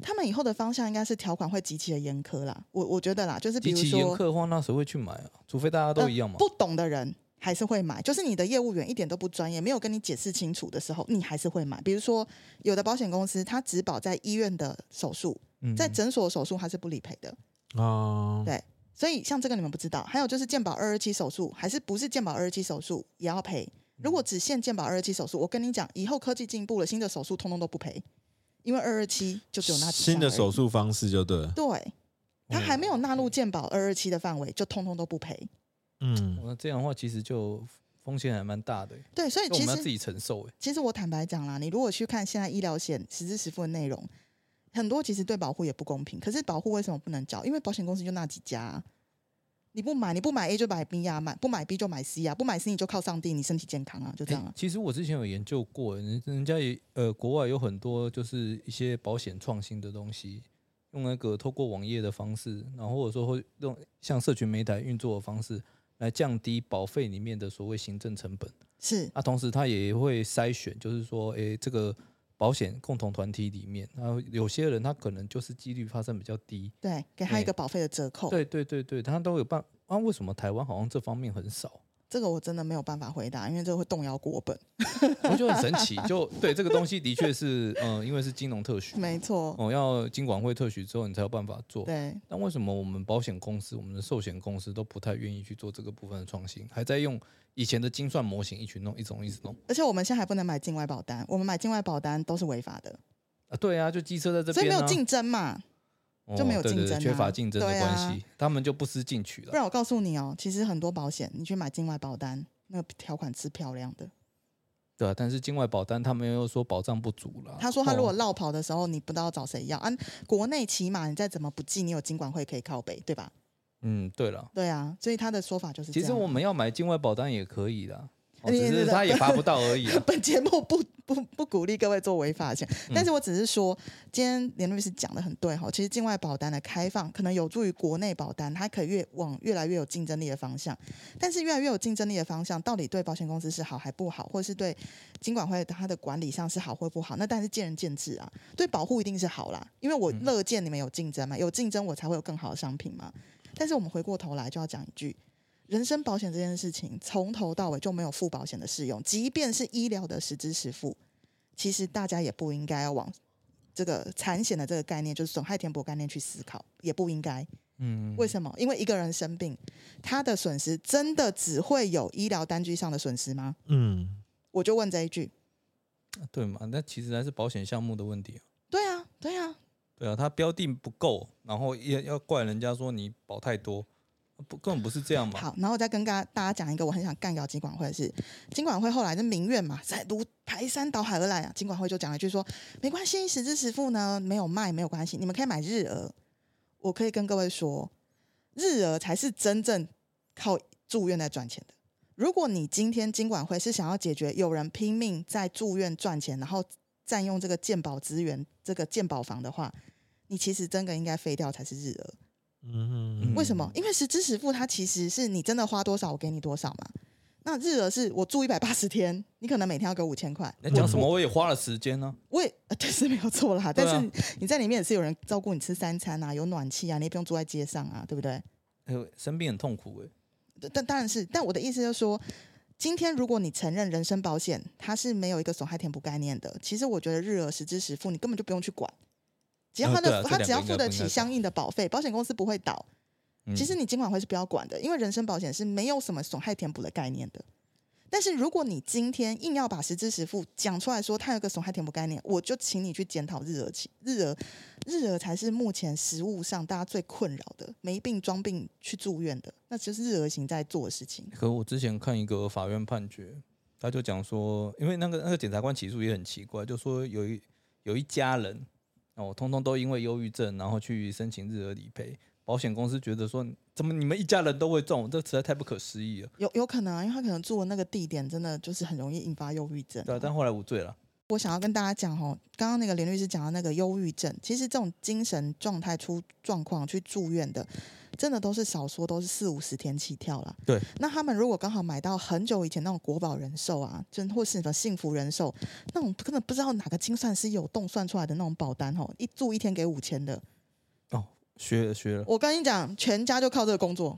B: 他们以后的方向应该是条款会极其的严苛啦。我我觉得啦，就是比
A: 极
B: 如
A: 其严
B: 说
A: 苛的话，那谁会去买啊？除非大家
B: 呃
A: 都一样嘛。
B: 不懂的人还是会买，就是你的业务员一点都不专业，没有跟你解释清楚的时候，你还是会买。比如说，有的保险公司它只保在医院的手术，
A: 嗯
B: 在诊所的手术它是不理赔的。
C: 啊，
B: 对所以像这个你们不知道，还有就是健保二二七手术，还是不是健保二二七手术也要赔。
A: 嗯
B: 如果只限健保二二七手术，我跟你讲，以后科技进步了，新的手术通通都不赔，因为二二七就只有那几项
C: 新的
B: 而已
C: 手术方式就对了，
B: 对，它还没有纳
A: 嗯
B: 入健保二二七的范围，就通通都不赔。
C: 嗯，
A: 那这样的话，其实就风险还蛮大的欸，
B: 对，所以
A: 那我
B: 其
A: 们要
B: 实
A: 自己承受哎。
B: 其实我坦白讲啦，你如果去看现在医疗险实支实付的内容，很多其实对保护也不公平。可是保护为什么不能缴？因为保险公司就那几家啊、你不买，你不买 A 就买 B 呀、买不买 B 就买 C 啊呀、不买 C 你就靠上帝，你身体健康啊，就这样
A: 欸
B: 啊。
A: 其实我之前有研究过，人人家也呃，国外有很多就是一些保险创新的东西，用那个透过网页的方式，然后或者说会用像社群媒体运作的方式来降低保费里面的所谓行政成本。
B: 是
A: 那、同时它也会筛选，就是说，诶、这个保险共同团体里面，那有些人他可能就是几率发生比较低。
B: 对，给他一
A: 对
B: 个保费的折扣。
A: 对对对对，他都有办。啊，为什么台湾好像这方面很少？
B: 这个我真的没有办法回答，因为这个会动摇国本。
A: 我觉得很神奇。就对这个东西的确是，嗯、因为是金融特许嘛，
B: 没错，
A: 哦，要金管会特许之后，你才有办法做。
B: 对，
A: 但为什么我们保险公司、我们的寿险公司都不太愿意去做这个部分的创新，还在用以前的精算模型一群弄，一种一直弄
B: 而且我们现在还不能买境外保单，我们买境外保单都是违法的，
A: 啊？对啊，就机车在这
B: 所以
A: 边、
B: 没
A: 啊，
B: 有竞争嘛。
A: 哦
B: 就没有竞争啊
A: 对对对缺乏竞争的
B: 对啊
A: 关系，他们就不思进取
B: 不
A: 了。
B: 然我告诉你哦，其实很多保险你去买境外保单，那个条款是漂亮的。
A: 对啊，但是境外保单他们又说保障不足了。
B: 他说他如果
A: 哦
B: 落跑的时候，你不知道找谁要啊。国内起码你再怎么不济，你有金管会可以靠背，对吧？
A: 嗯，对了，
B: 对啊，所以他的说法就是这
A: 其
B: 样。啊
A: 实我们要买境外保单也可以的，哦
B: 你
A: 只是
B: 你。
A: 他也罚不到而已啊
B: 本节目不不不鼓励各位做违法的行为，但是我只是说，今天连律师讲的很对哈。其实境外保单的开放，可能有助于国内保单，它可以越往越来越有竞争力的方向。但是越来越有竞争力的方向，到底对保险公司是好还不好，或是对金管会它的管理上是好或不好，那当然是见仁见智啊。对保护一定是好啦，因为我乐见你们有竞争嘛，有竞争我才会有更好的商品嘛。但是我们回过头来就要讲一句，人身保险这件事情从头到尾就没有付保险的适用，即便是医疗的实支实付，其实大家也不应该要往这个产险的这个概念，就是损害填补概念去思考，也不应该。
A: 嗯，
B: 为什么？因为一个人生病，他的损失真的只会有医疗单据上的损失吗？
C: 嗯，
B: 我就问这一句。
A: 对嘛？那其实还是保险项目的问题啊。
B: 对啊，对啊，
A: 对啊，他标定不够，然后也要怪人家说你保太多，不根本不是这样嘛。
B: 好，然后再跟大家大家讲一个我很想干掉金管会的事。金管会后来是民怨嘛，在如排山倒海而来啊。金管会就讲了一句说，没关系，实支实付呢没有卖没有关系，你们可以买日额。我可以跟各位说，日额才是真正靠住院在赚钱的。如果你今天金管会是想要解决有人拼命在住院赚钱，然后占用这个健保资源、这个健保房的话，你其实真的应该废掉才是日额。
C: 嗯
B: 为什么？因为实支实付它其实是你真的花多少，我给你多少嘛。那日额是我住一百八十天，你可能每天要给我五千块，
A: 你在讲什么？我也花了时间呢、
B: 我也呃对是没有错啦。
A: 对
B: 但
A: 啊
B: 是你在里面也是有人照顾你吃三餐啊，有暖气啊，你也不用住在街上啊，对不对？
A: 呃生病很痛苦哎、
B: 但但当然是，但我的意思就是说，今天如果你承认人身保险它是没有一个损害填补概念的，其实我觉得日额实支实付你根本就不用去管，只要
A: 呃
B: 他
A: 对啊
B: 的、
A: 这
B: 他
A: 两
B: 只
A: 个
B: 要
A: 应
B: 付
A: 该
B: 得
A: 不应该
B: 起
A: 管
B: 相应的保费，保险公司不会倒。
A: 嗯
B: 其实你金管会是不要管的，因为人身保险是没有什么损害填补的概念的。但是如果你今天硬要把实支实付讲出来说它有个损害填补概念，我就请你去检讨日额起日额日额才是目前实务上大家最困扰的，没病装病去住院的，那就是日额型在做的事情。
A: 可我之前看一个法院判决，他就讲说，因为那个那个检察官起诉也很奇怪，就说有一有一家人哦，通通都因为忧郁症，然后去申请日额理赔。保险公司觉得说，怎么你们一家人都会中，这实在太不可思议了。
B: 有有可能啊，因为他可能住的那个地点真的就是很容易引发忧郁症啊、
A: 对啊，但后来无罪了。
B: 我想要跟大家讲哦，刚刚那个林律师讲到那个忧郁症，其实这种精神状态出状况去住院的，真的都是少说都是四五十天起跳啦。
A: 对，
B: 那他们如果刚好买到很久以前那种国宝人寿啊，真或是什么幸福人寿那种，根本不知道哪个精算师有动算出来的那种保单哦，一住一天给五千的，
A: 哦，学了学了，
B: 我跟你讲，全家就靠这个工 作。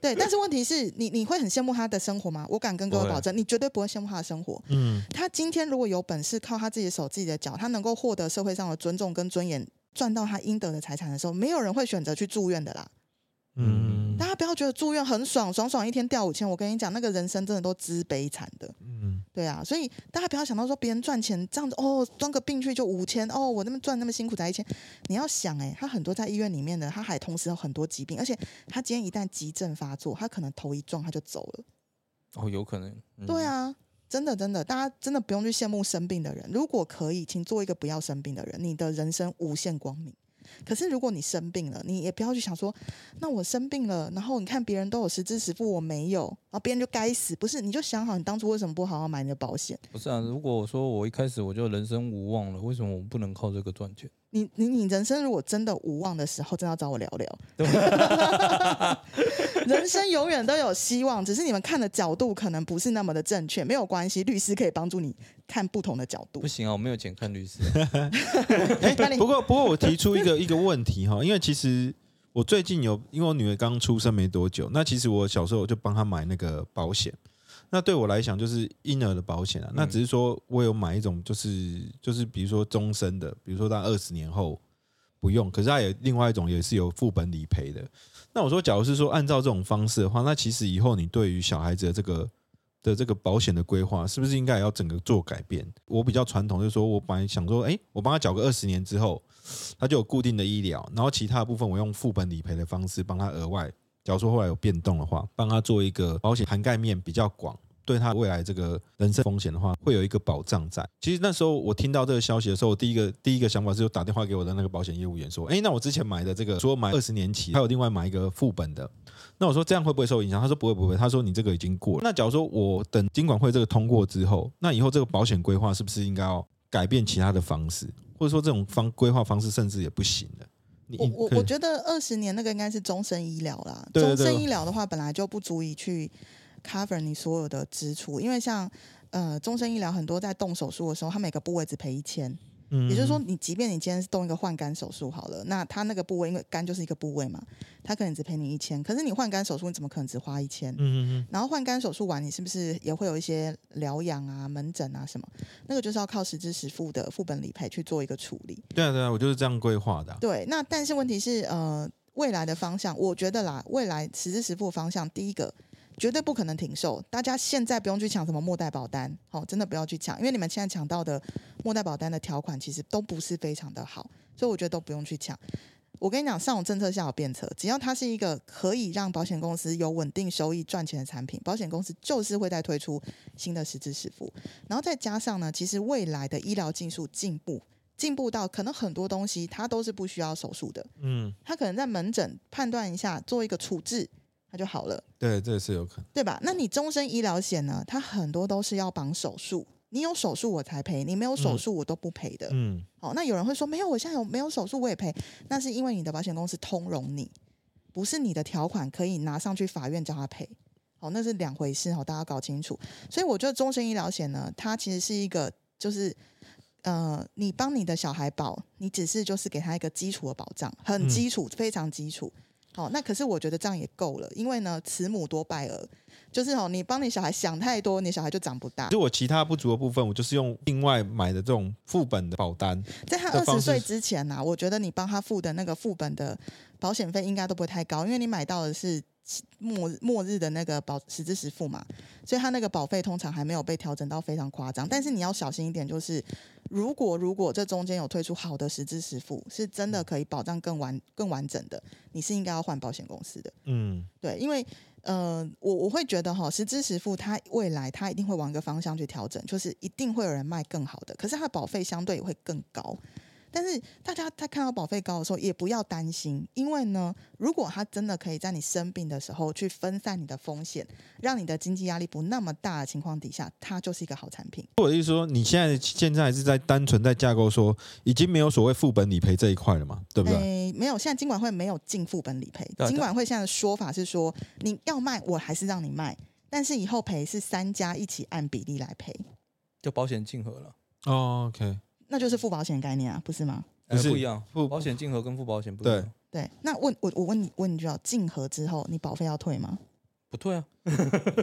B: 对，但是问题是你你会很羡慕他的生活吗？我敢跟各
A: 不
B: 位
A: 会
B: 保证，你绝对不会羡慕他的生活。
C: 嗯，
B: 他今天如果有本事靠他自己的手、自己的脚，他能够获得社会上的尊重跟尊严，赚到他应得的财产的时候，没有人会选择去住院的啦。
C: 嗯
B: 大家不要觉得住院很爽，爽爽一天掉五千，我跟你讲，那个人生真的都之悲惨的。
C: 嗯，
B: 对啊，所以大家不要想到说别人赚钱这样子哦，装个病去就五千哦，我那么赚那么辛苦才一千。你要想哎、他很多在医院里面的，他还同时有很多疾病，而且他今天一旦急症发作，他可能头一撞他就走了。
A: 哦，有可能，嗯
B: 对，啊，真的真的，大家真的不用去羡慕生病的人。如果可以，请做一个不要生病的人，你的人生无限光明。可是如果你生病了，你也不要去想说，那我生病了，然后你看别人都有实支实付，我没有，然后别人就该死。不是，你就想好你当初为什么不好好买你的保险。
A: 不是啊，如果我说我一开始我就人生无望了，为什么我不能靠这个赚钱？
B: 你你你人生如果真的无望的时候，真的要找我聊聊。人生永远都有希望，只是你们看的角度可能不是那么的正确，没有关系，律师可以帮助你看不同的角 度
A: 不。行啊，我没有钱看律师啊、
C: 哎、
B: 那你
C: 不过不过我提出一个 一个问题哈，因为其实我最近有，因为我女儿刚出生没多久，那其实我小时候我就帮她买那个保险，那对我来讲就是婴儿的保险啊，那只是说我有买一种就是就是比如说终身的，比如说到二十年后不用，可是它也另外一种也是有副本理赔的。那我说，假如是说按照这种方式的话，那其实以后你对于小孩子的这个的这个保险的规划，是不是应该也要整个做改变？我比较传统，就是说我本来想说，哎、我帮他缴个二十年之后，他就有固定的医疗，然后其他的部分我用副本理赔的方式帮他额外，假如说后来有变动的话，帮他做一个保险涵盖面比较广。对他未来这个人身风险的话，会有一个保障在。其实那时候我听到这个消息的时候，我第一个第一个想法是，就打电话给我的那个保险业务员说：“哎，那我之前买的这个，除了买二十年期，还有另外买一个副本的，那我说这样会不会受影响？他说不会不会，他说你这个已经过了。那假如说我等金管会这个通过之后，那以后这个保险规划是不是应该要改变其他的方式，或者说这种方规划方式甚至也不行了？你
B: 我我
C: 可以
B: 我觉得二十年那个应该是终身医疗啦，
C: 对对对
B: 终身医疗的话本来就不足以去 cover 你所有的支出，因为像呃终身医疗很多在动手术的时候，他每个部位只赔一千，
C: 嗯
B: 也就是说，你即便你今天是动一个换肝手术好了，那他那个部位因为肝就是一个部位嘛，他可能只赔你一千，可是你换肝手术你怎么可能只花一千？
C: 嗯嗯
B: 然后换肝手术完，你是不是也会有一些疗养啊、门诊啊什么？那个就是要靠实支实付的副本理赔去做一个处理。
C: 嗯，对啊对啊，我就是这样规划的啊、
B: 对，那但是问题是，呃，未来的方向，我觉得啦，未来实支实付的方向，第一个绝对不可能停售。大家现在不用去抢什么末代保单，好、真的不要去抢，因为你们现在抢到的末代保单的条款其实都不是非常的好，所以我觉得都不用去抢。我跟你讲，上种政策下有变策，只要它是一个可以让保险公司有稳定收益、赚钱的产品，保险公司就是会再推出新的实支实付。然后再加上呢，其实未来的医疗技术进步，进步到可能很多东西它都是不需要手术的，
C: 嗯，
B: 它可能在门诊判断一下，做一个处置，它就好了，
C: 对，这也是有可能。
B: 对吧？那你终身医疗险呢，它很多都是要绑手术，你有手术我才赔，你没有手术我都不赔的。
C: 嗯，
B: 好，哦那有人会说，没有，我现在有没有手术我也赔，那是因为你的保险公司通融你，不是你的条款可以拿上去法院叫他赔。好，那是两回事，哦好，大家搞清楚。所以我觉得终身医疗险呢，它其实是一个，就是呃，你帮你的小孩保，你只是就是给他一个基础的保障，很
C: 嗯
B: 基础，非常基础。好，那可是我觉得这样也够了，因为呢，慈母多败儿，就是哦，你帮你小孩想太多，你小孩就长不大
C: 其实。我其他不足的部分，我就是用另外买的这种副本的保单。
B: 在他
C: 的
B: 二
C: 方
B: 十
C: 式
B: 岁
C: 是
B: 之前呐、啊我觉得你帮他付的那个副本的保险费应该都不会太高，因为你买到的是末末日的那个保实支实付嘛，所以他那个保费通常还没有被调整到非常夸张。但是你要小心一点，就是如果如果这中间有推出好的实支实付，是真的可以保障更完更完整的，你是应该要换保险公司的。
C: 嗯
B: 对，因为呃，我我会觉得哈，实支实付它未来它一定会往一个方向去调整，就是一定会有人卖更好的，可是它的保费相对也会更高。但是大家在看到保费高的时候，也不要担心，因为呢，如果它真的可以在你生病的时候去分散你的风险，让你的经济压力不那么大的情况底下，它就是一个好产品。
C: 我的意思说，你现在现在还是在单纯在架构说，已经没有所谓副本理赔这一块了嘛，对不对？
B: 诶，没有，现在金管会没有进副本理赔
A: 对。啊
B: 金管会现在的说法是说，你要卖，我还是让你卖，但是以后赔是三家一起按比例来赔，
A: 就保险竞合了，
C: 哦，OK，
B: 那就是付保险概念啊，不是吗？
A: 呃
C: 不是
A: 不一样，
C: 不
A: 保险竞合跟副保险不一样
C: 对，
B: 对，那问我我问你问你就要竞合之后，你保费要退吗？
A: 不退啊，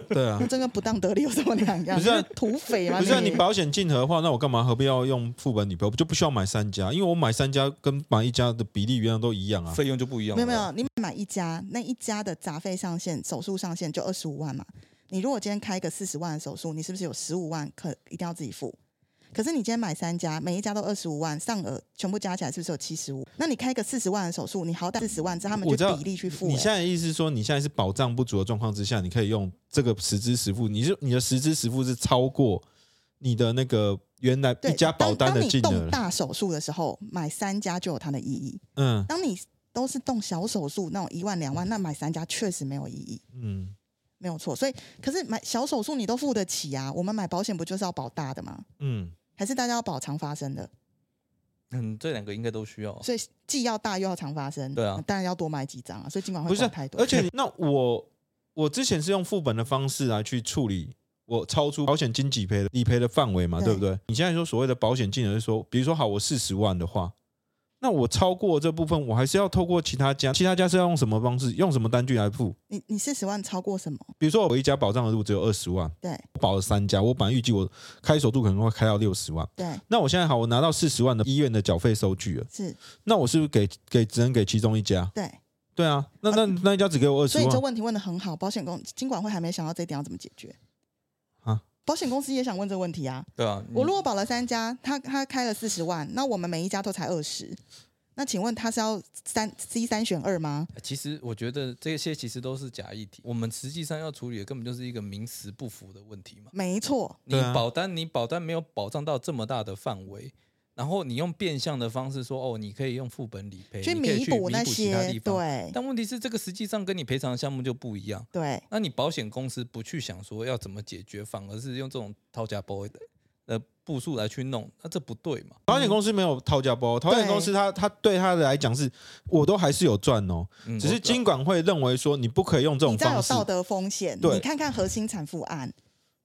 C: 对啊
B: 那，这跟不当得利有什么两 样？
C: 不是啊
B: 就土匪吗？
C: 不是啊，你保险竞合的话，那我干嘛何必要用副本理赔？我就不需要买三家，因为我买三家跟买一家的比例原来都一样啊。
A: 费用就不一样。
B: 没有没有，，你买一家，那一家的杂费上限、手术上限就二十五万嘛。你如果今天开一个四十万的手术，你是不是有十五万可一定要自己付？可是你今天买三家，每一家都二十五万，上额全部加起来是不是有七十五？那你开一个四十万的手术，你好歹四十万，这他们
C: 我知道
B: 就比例去付、
C: 你
B: 欸
C: 现在的意思是说，你现在是保障不足的状况之下，你可以用这个实支实付，你是你的实支实付是超过你的那个原来
B: 对
C: 一家保单
B: 当
C: 的
B: 当你
C: 金额
B: 动
C: 了。
B: 大手术的时候，买三家就有它的意义。
C: 嗯
B: 当你都是动小手术，那种一万两万，那买三家确实没有意义。
C: 嗯
B: 没有错，所以可是买小手术你都付得起啊，我们买保险不就是要保大的吗？
C: 嗯，
B: 还是大家要保常发生的？
A: 嗯，这两个应该都需要。
B: 所以既要大又要常发生，
A: 对啊
B: 当然要多买几张啊。所以尽管
C: 不
B: 会
C: 是啊
B: 管太多，
C: 而且你那我我之前是用副本的方式来去处理我超出保险金理赔的理赔的范围嘛，对
B: 对
C: 不对？你现在说所谓的保险金额是说，比如说好，我四十万的话，那我超过这部分，我还是要透过其他家，其他家是要用什么方式，用什么单据来付？
B: 你你四十万超过什么？
C: 比如说我一家保障额度只有二十万，
B: 对
C: 我保了三家，我本来预计我开手术可能会开到六十万，
B: 对
C: 那我现在好，我拿到四十万的医院的缴费收据了，
B: 是，
C: 那我是不是给给只能给其中一家？
B: 对。
C: 对啊，那那那一家只给我二十
B: 所以
C: 万
B: 你这，问题问的很好，保险公金管会还没想到这一点要怎么解决
C: 啊
B: 保险公司也想问这个问题啊。
A: 对啊，
C: 嗯
B: 我
A: 你
B: 如果保了三家，他他开了四十万，那我们每一家都才二十，那请问他是要三 C 三选二吗？
A: 其实我觉得这些其实都是假议题，我们实际上要处理的根本就是一个名实不符的问题嘛。
B: 没错，
A: 你
C: 对啊
A: 保单，你保单没有保障到这么大的范围，然后你用变相的方式说，哦，你可以用副本理赔，
B: 去
A: 你可以
B: 弥
A: 去
B: 补那
A: 其他地
B: 些，
A: 方。
B: 对
A: 但问题是，这个实际上跟你赔偿的项目就不一样。
B: 对。
A: 那你保险公司不去想说要怎么解决，反而是用这种掏家包的呃步数来去弄，那这不对嘛？
C: 保险公司没有掏家包，保险公司他他对他的来讲是，我都还是有赚哦，
A: 嗯
C: 只
A: 我
C: 是金管会认为说你不可以用这种
B: 你知道
C: 方
B: 有
C: 式，
B: 道德风险，
C: 对
B: 你看看核心产妇案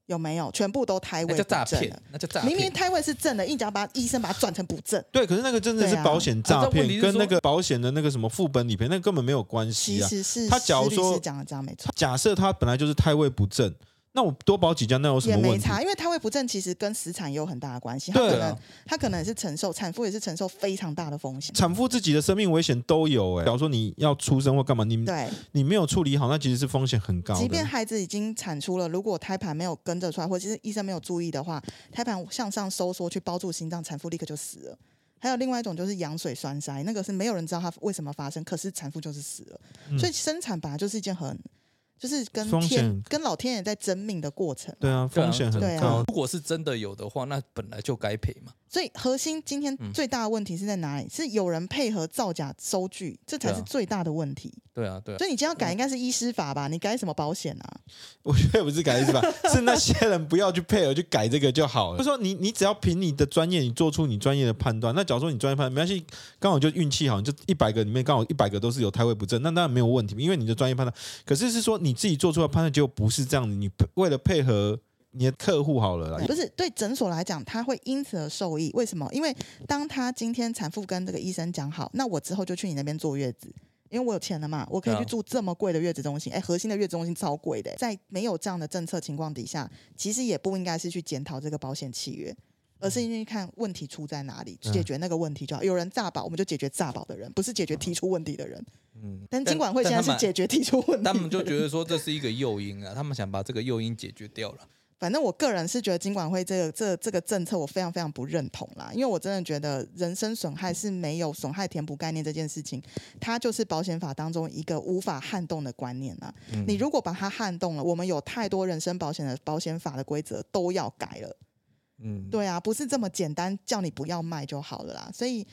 B: 有没有全部都胎
A: 那
B: 位
A: 叫
B: 哎不
A: 诈
B: 正
A: 骗
B: 了，
A: 那叫诈骗。
B: 明明胎位是正的，硬要把医生把它转成不正，
C: 对，可是那个真的是
B: 对啊
C: 保险诈
A: 啊但问题是
C: 骗，跟
A: 说
C: 那个保险的那个什么副本理赔，那根本没有关
B: 其
C: 系啊。
B: 实是
C: 他假如
B: 施律
C: 说
B: 师讲的这样没错，
C: 假设他本来就是胎位不正，那我多保几家那有什
B: 也
C: 么
B: 没
C: 问题？啊
B: 差，因为胎位不正其实跟死产也有很大的关系，他可
C: 对啊
B: 能他可能也是承受，产妇也是承受非常大的风险，
C: 产妇自己的生命危险都有哎、假如说你要出生或干嘛，你
B: 对，
C: 你没有处理好，那其实是风险很高
B: 即便
C: 的。
B: 孩子已经产出了，如果胎盘没有跟着出来，或者是医生没有注意的话，胎盘向上收缩去包住心脏，产妇立刻就死了。还有另外一种就是羊水栓塞，那个是没有人知道它为什么发生，可是产妇就是死了。
C: 嗯
B: 所以生产本来就是一件很，就是跟
C: 风险
B: 天跟老天爷在争命的过程。
C: 对啊，
A: 对啊
C: 风险很
B: 对啊
C: 高。
A: 如果是真的有的话，那本来就该赔嘛。
B: 所以核心今天最大的问题是在哪里？是有人配合造假收据，这才
A: 对啊
B: 是最大的问题。
A: 对啊，对啊
B: 所。以你今天要改，应该是医师法吧？你改什么保险啊？
C: 我觉得不是改意思吧， 是那些人不要去配合去改这个就好了。就说你你只要凭你的专业，你做出你专业的判断。那假如说你专业判断没关系，刚好就运气好，你就一百个里面刚好一百个都是有胎位不正，那当然没有问题，因为你的专业判断。可是是说你自己做出的判断结果不是这样子，你为了配合你的客户好了啦，
B: 不是对诊所来讲，他会因此而受益。为什么？因为当他今天产妇跟这个医生讲好，那我之后就去你那边坐月子，因为我有钱了嘛，我可以
A: 对啊
B: 去住这么贵的月子中心。哎、核心的月子中心超贵的、在没有这样的政策情况底下，其实也不应该是去检讨这个保险契约。而是因为看问题出在哪里，
C: 嗯
B: 解决那个问题就好。有人诈保，我们就解决诈保的人，不是解决提出问题的人。
A: 嗯，
B: 但监管会现在是解决提出问题
A: 他们就
B: 的人
A: 觉得说这是一个诱因啊，他们想把这个诱因解决掉了。
B: 反正我个人是觉得金管会这个这这个政策我非常非常不认同啦，因为我真的觉得人身损害是没有损害填补概念这件事情，它就是保险法当中一个无法撼动的观念啦。
A: 嗯
B: 你如果把它撼动了，我们有太多人身保险的保险法的规则都要改了。
A: 嗯，
B: 对啊，不是这么简单，叫你不要卖就好了啦。所以，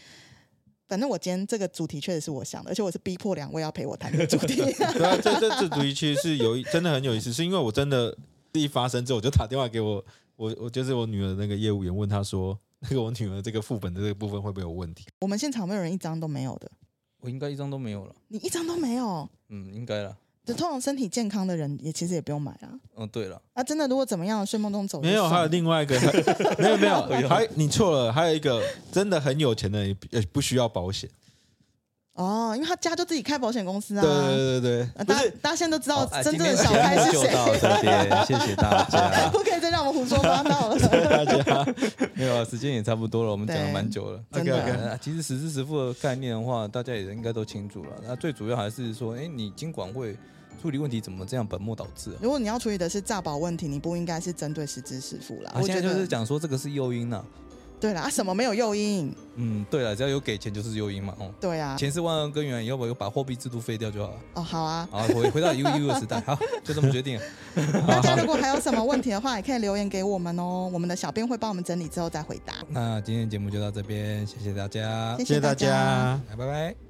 B: 反正我今天这个主题确实是我想的，而且我是逼迫两位要陪我谈的主题。
C: 对啊，这这这主题其实是有一真的很有意思，是因为我真的一发生之后，我就打电话给我我我就是我女儿那个业务员，问她说，那个我女儿这个副本的这个部分会不会有问题？
B: 我们现场没有人一张都没有的，
A: 我应该一张都没有了。
B: 你一张都没有。
A: 嗯，应该了。
B: 就通常身体健康的人也其实也不用买啊。
A: 嗯，对了，
B: 啊，真的，如果怎么样，睡梦中走就
C: 没有，
B: 算
C: 还有
B: 了
C: 另外一个，没 有没有，还你错了，还有一个真的很有钱的人也不也不需要保险。
B: 哦，因为他家就自己开保险公司啊。
C: 对对对对对，不
B: 啊大
C: 是
B: 家大家现在都知道
A: 好哎
B: 真正
A: 今
B: 的
A: 天
B: 小开
A: 节目
B: 是
A: 就
B: 谁，
A: 到这边，谢谢大家。
B: 不可以再让我们胡说八道了。
C: 大家
A: 没有啊，时间也差不多了，我们讲了
B: 对
A: 蛮久了。
B: 真
C: OK，OK
B: 的，
A: 呃其实实支实付的概念的话，大家也应该都清楚了。那最主要还是说，哎，你金管会处理问题怎么这样本末倒置啊？
B: 如果你要处理的是诈保问题，你不应该是针对实支实付啦。
A: 啊
B: 我
A: 现
B: 觉
A: 在
B: 得
A: 就是讲说这个是诱因呐、
B: 对啦，啊，什么没有诱因？
A: 嗯，对了，只要有给钱就是诱因嘛，哦，
B: 对啊，
A: 钱是万恶根源，要不要把货币制度废掉就好了。
B: 哦，好啊。
A: 好，回回到 U U 的时代，好，就这么决定了。
B: 大家如果还有什么问题的话，也可以留言给我们哦，我们的小编会帮我们整理之后再回答。
A: 那今天节目就到这边，谢谢大家，
B: 谢
C: 谢谢大
B: 大家
C: 家。
A: 拜拜。